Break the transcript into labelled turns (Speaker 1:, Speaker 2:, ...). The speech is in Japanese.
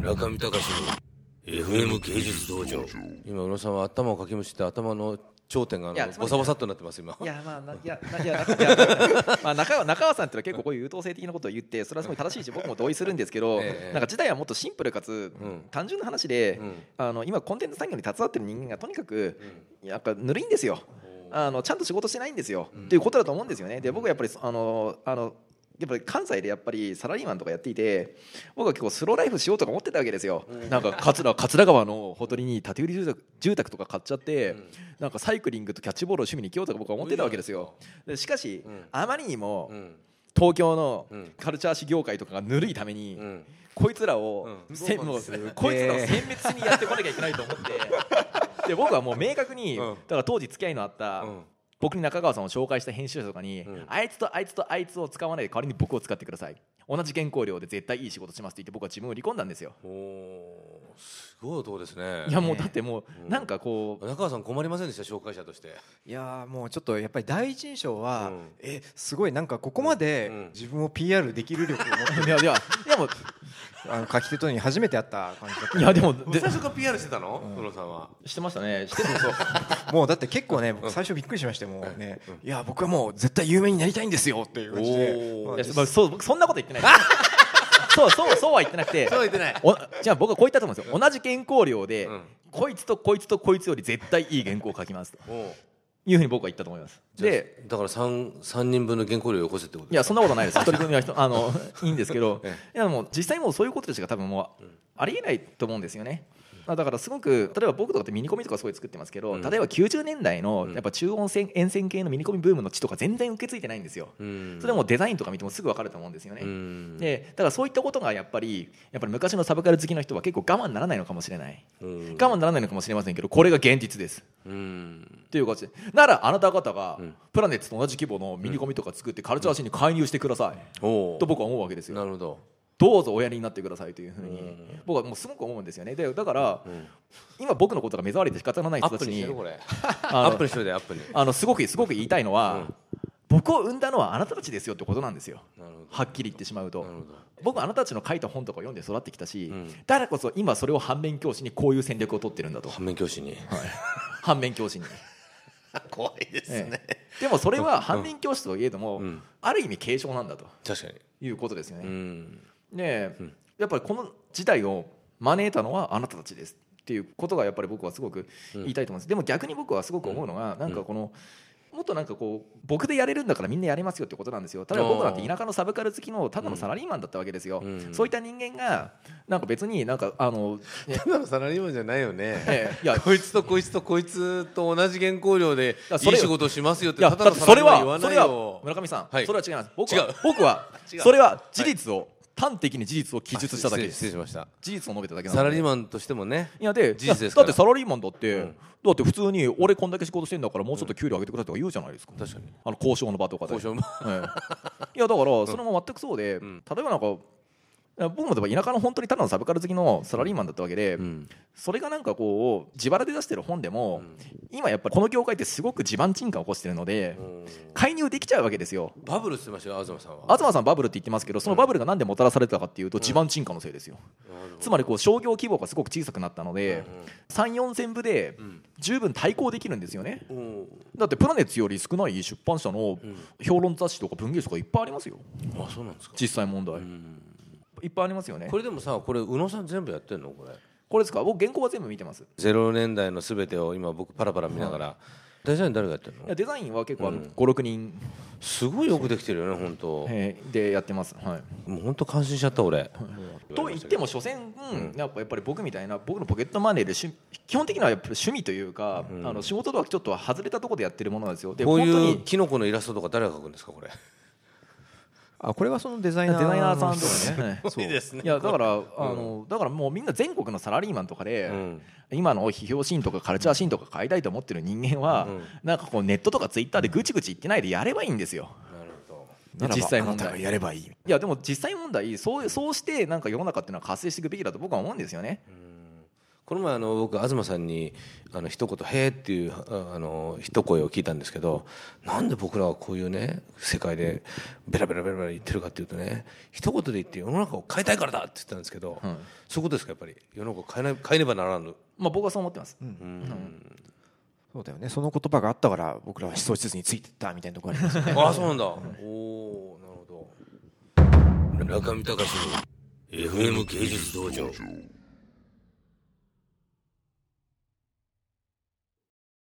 Speaker 1: 中見隆の FM 芸術道場
Speaker 2: 今宇野さんは頭をかきむしって頭の頂点があ
Speaker 3: いや
Speaker 2: の
Speaker 3: つまり
Speaker 2: ボサボサっとなってます今
Speaker 3: いやま あないやないやないや まあ中川中川さんっていうのは結構こういう優等生的なことを言ってそれはすごい正 しいし僕も同意するんですけど、
Speaker 2: ええ
Speaker 3: なんか時代はもっとシンプルかつ、
Speaker 2: うん
Speaker 3: 単純な話で、
Speaker 2: うん
Speaker 3: あの今コンテンツ産業に携わってる人間がとにかく、やっぱぬるいんですよあのちゃんと仕事してないんですよ、っていうことだと思うんですよねで僕はやっぱりあのあのやっぱり関西でやっぱりサラリーマンとかやっていて僕は結構スローライフしようとか思ってたわけですよ、なんか桂桂川のほとりに建て売り住宅住宅とか買っちゃって、なんかサイクリングとキャッチボールを趣味に生きようとか僕は思ってたわけですよでしかし、
Speaker 2: うん
Speaker 3: あまりにも
Speaker 2: うん
Speaker 3: 東京の
Speaker 2: うん
Speaker 3: カルチャー誌業界とかがぬるいために、
Speaker 2: うん
Speaker 3: こいつらを、
Speaker 2: うんそ
Speaker 3: せ
Speaker 2: うなん
Speaker 3: も
Speaker 2: で
Speaker 3: う
Speaker 2: すよ
Speaker 3: こいつらを殲滅しにやってこなきゃいけないと思って。で僕はもう明確に、
Speaker 2: うん
Speaker 3: だから当時付き合いのあった、
Speaker 2: うん
Speaker 3: 僕に中川さんを紹介した編集者とかに、
Speaker 2: ん
Speaker 3: あいつとあいつとあいつを使わないで代わりに僕を使ってください同じ原稿料で絶対いい仕事しますって言って僕は自分を離婚なんですよ、
Speaker 2: おーすごい男ですね
Speaker 3: いやもうだってもう、
Speaker 2: うん
Speaker 3: なんかこう
Speaker 2: 中川さん困りませんでした紹介者として
Speaker 4: いやーもうちょっとやっぱり第一印象は、
Speaker 2: うん
Speaker 4: えすごいなんかここま
Speaker 2: う
Speaker 4: で
Speaker 2: ん
Speaker 4: 自分を PR できる力を持って
Speaker 3: いやいやいやもう
Speaker 4: あの書き手とに初めて会った感じだっ た
Speaker 3: いやでも
Speaker 2: 最
Speaker 3: で
Speaker 2: 初から PR してたの宇野さんは
Speaker 3: してましたねしてそうそう
Speaker 4: もうだって結構ね
Speaker 2: うん
Speaker 4: 僕最初びっくりしましてもうね、
Speaker 2: うん
Speaker 4: いや僕はもう絶対有名になりたいんですよっていう感じで
Speaker 2: おー
Speaker 4: まあ
Speaker 3: いや
Speaker 4: 実
Speaker 3: まあそう僕そんなこと言 ってないですそうそうそうは言ってなくて
Speaker 2: そう言ってない
Speaker 3: おじゃあ僕はこう言ったと思うんですよ同じ原稿料で、
Speaker 2: うん
Speaker 3: こいつとこいつとこいつより絶対いい原稿を書きますと
Speaker 2: おー
Speaker 3: いうふうに僕は言ったと思いますで
Speaker 2: だから三三人分の原稿料をよこせってこと
Speaker 3: いやそんなこ とないです一人組は人あのいいんですけど、
Speaker 2: え
Speaker 3: いやもう実際もうそういうことしか多分もうありえないと思うんですよね。あだからすごく例えば僕とかってミニコミとかすごい作ってますけど、
Speaker 2: うん
Speaker 3: 例えば90年代のやっぱ中音線沿線系のミニコミブームの地とか全然受け継いでないんですよ。
Speaker 2: うん
Speaker 3: それはもうデザインとか見てもすぐ分かると思うんですよね。
Speaker 2: うん
Speaker 3: でだからそういったことがやっぱりやっぱり昔のサブカル好きの人は結構我慢ならないのかもしれない
Speaker 2: うん
Speaker 3: 我慢ならないのかもしれませんけどこれが現実です
Speaker 2: うん
Speaker 3: という感じでならあなた方が
Speaker 2: うん
Speaker 3: プラネッツと同じ規模のミニコミとか作ってカルチャーシーンに介入してください、
Speaker 2: おー
Speaker 3: と僕は思うわけです
Speaker 2: な
Speaker 3: よ
Speaker 2: るほど
Speaker 3: どうぞおやりになってくださいというふう
Speaker 2: う
Speaker 3: に
Speaker 2: ん
Speaker 3: 僕はもうすごく思うんですよねでだから
Speaker 2: ん
Speaker 3: 今僕のことが目障りで仕方のない
Speaker 2: ア
Speaker 3: 人
Speaker 2: ップ
Speaker 3: たち
Speaker 2: にし
Speaker 3: に
Speaker 2: てるこれ
Speaker 3: あ
Speaker 2: アッ
Speaker 3: の
Speaker 2: プにしといてアップに
Speaker 3: あのすごくすごく言いたいのは、
Speaker 2: うん
Speaker 3: 僕を生んだのはあなたたちですよってことなんですよ
Speaker 2: なるほど
Speaker 3: はっきり言ってしまうと
Speaker 2: なるほど
Speaker 3: 僕あなたたちの書いた本とか読んで育ってきたし、
Speaker 2: うん
Speaker 3: だからこそ今それを反面教師にこういう戦略を取ってるんだと
Speaker 2: 反面教師に
Speaker 3: 反面教師に。
Speaker 2: 怖いです
Speaker 3: ええでもそれは反面教師といえども、
Speaker 2: うん
Speaker 3: ある意味警鐘なんだと
Speaker 2: 確かに
Speaker 3: いうことですよね。
Speaker 2: う
Speaker 3: ね
Speaker 2: ん
Speaker 3: え、
Speaker 2: うん
Speaker 3: やっぱりこの事態を招いたのはあなたたちですっていうことがやっぱり僕はすごく言いたいと思うんです。でも逆に僕はすごく思うのが、なんかこのもっとなんかこう僕でやれるんだからみんなやれますよってことなんですよ。例えば僕なんて田舎のサブカル好きのただのサラリーマンだったわけですよ。
Speaker 2: うん
Speaker 3: そういった人間がなんか別になんかあの、ね
Speaker 2: ただのサラリーマンじゃないよ ね、
Speaker 3: ええいや
Speaker 2: こいつとこいつとこいつと同じ原稿料で
Speaker 3: やそ
Speaker 2: い
Speaker 3: れ
Speaker 2: い仕事しますよっ
Speaker 3: い
Speaker 2: て
Speaker 3: や
Speaker 2: た
Speaker 3: だ
Speaker 2: だ
Speaker 3: っ
Speaker 2: の
Speaker 3: て
Speaker 2: サラリ
Speaker 3: それ
Speaker 2: ーマン言わ
Speaker 3: はそ
Speaker 2: ない
Speaker 3: れは
Speaker 2: よ
Speaker 3: 村上さん、
Speaker 2: はい
Speaker 3: それは違います僕
Speaker 2: 違う
Speaker 3: は僕は
Speaker 2: 違う
Speaker 3: それは事実を端的に事実を記述しただけで
Speaker 2: あ失礼失
Speaker 3: す
Speaker 2: 礼しました
Speaker 3: 事実を述べただけな
Speaker 2: サ
Speaker 3: の
Speaker 2: ラ
Speaker 3: で
Speaker 2: リーマンとしてもね
Speaker 3: いやで
Speaker 2: 事実ですか
Speaker 3: だ
Speaker 2: ら
Speaker 3: ってサラリーマンだって、
Speaker 2: うん
Speaker 3: だって普通に俺こんだけ仕事してんだからもうちょっと給料上げてくださいとか言うじゃないですか
Speaker 2: 確かに
Speaker 3: あの交渉の場とかで
Speaker 2: 交渉も
Speaker 3: ええいやだからそれも全くそうで、
Speaker 2: ん
Speaker 3: 例えばなんかいや僕も例えば田舎の本当にただのサブカル好きのサラリーマンだったわけで、
Speaker 2: うん
Speaker 3: それがなんかこう自腹で出してる本でも、今やっぱりこの業界ってすごく地盤沈下を起こしてるので、介入できちゃうわけですよ
Speaker 2: バブルしてましたよ東さんは
Speaker 3: 東さんバブルって言ってますけどそのバブルが何でもたらされてたかっていうと地盤沈下のせいですよ、つまりこう商業規模がすごく小さくなったので、3 4千部で十分対抗できるんですよね、
Speaker 2: うん
Speaker 3: だってプラネッツより少ない出版社の評論雑誌とか文芸誌とかいっぱいありますよ
Speaker 2: あそうなんですか
Speaker 3: 実際問題、いっぱいありますよね
Speaker 2: こ
Speaker 3: これ
Speaker 2: れでもさこれ宇野さん全部やってんのこれ
Speaker 3: ですか僕原稿は全部見てます
Speaker 2: ゼロ年代のすべてを今僕パラパラ見ながら大事なの誰がやってる
Speaker 3: い
Speaker 2: の
Speaker 3: やデザインは結構あの
Speaker 2: うん
Speaker 3: 56人
Speaker 2: すごいよくできてるよね本当
Speaker 3: えーでやってます、はい、
Speaker 2: もう本当感心しちゃった俺
Speaker 3: と言っても所詮、うん、やっぱやっぱり僕みたいな僕のポケットマネーで趣基本的にはやっぱり趣味というか、あの仕事とはちょっと外れたところでやってるものなんですよで
Speaker 2: こうい
Speaker 3: 本
Speaker 2: うキノコのイラストとか誰が描くんですか これ
Speaker 4: あこれはそのデザ
Speaker 3: 当
Speaker 4: イ
Speaker 3: に
Speaker 4: ナー
Speaker 3: デザイナーさんとかねはい
Speaker 4: そう
Speaker 2: です
Speaker 3: いやだから、あのだからもうみんな全国のサラリーマンとかで、
Speaker 2: うん
Speaker 3: 今の批評シーンとかカルチャーシーンとか変えたいと思ってる人間は、
Speaker 2: うん
Speaker 3: なんかこうネットとかツイッターでぐちぐち言ってないでやればいいんですよ。
Speaker 2: なるほ
Speaker 4: ならば
Speaker 3: 実際
Speaker 4: あな
Speaker 3: 問
Speaker 4: たが
Speaker 3: 題い
Speaker 4: やればいい
Speaker 3: やでも実際問題そうそうしてなんか世の中っていうのは活性していくべきだと僕は思うんですよね。
Speaker 2: どこの前あの僕東さんにあの一言「へえ」っていうああの一声を聞いたんですけどなんで僕らはこういうね世界でベラベラベラベラ言ってるかっていうとね一言で言って世の中を変えたいからだって言ったんですけど、そういうことですかやっぱり世の中を変えない変えねばならぬ。
Speaker 3: まあ僕はそう思ってます、
Speaker 4: そうだよねその言葉があったから僕らは思想施設についてったみたいなとこありますよね
Speaker 2: ああそうなんだ。おおなるほど。
Speaker 1: 中見隆の FM 芸術道場。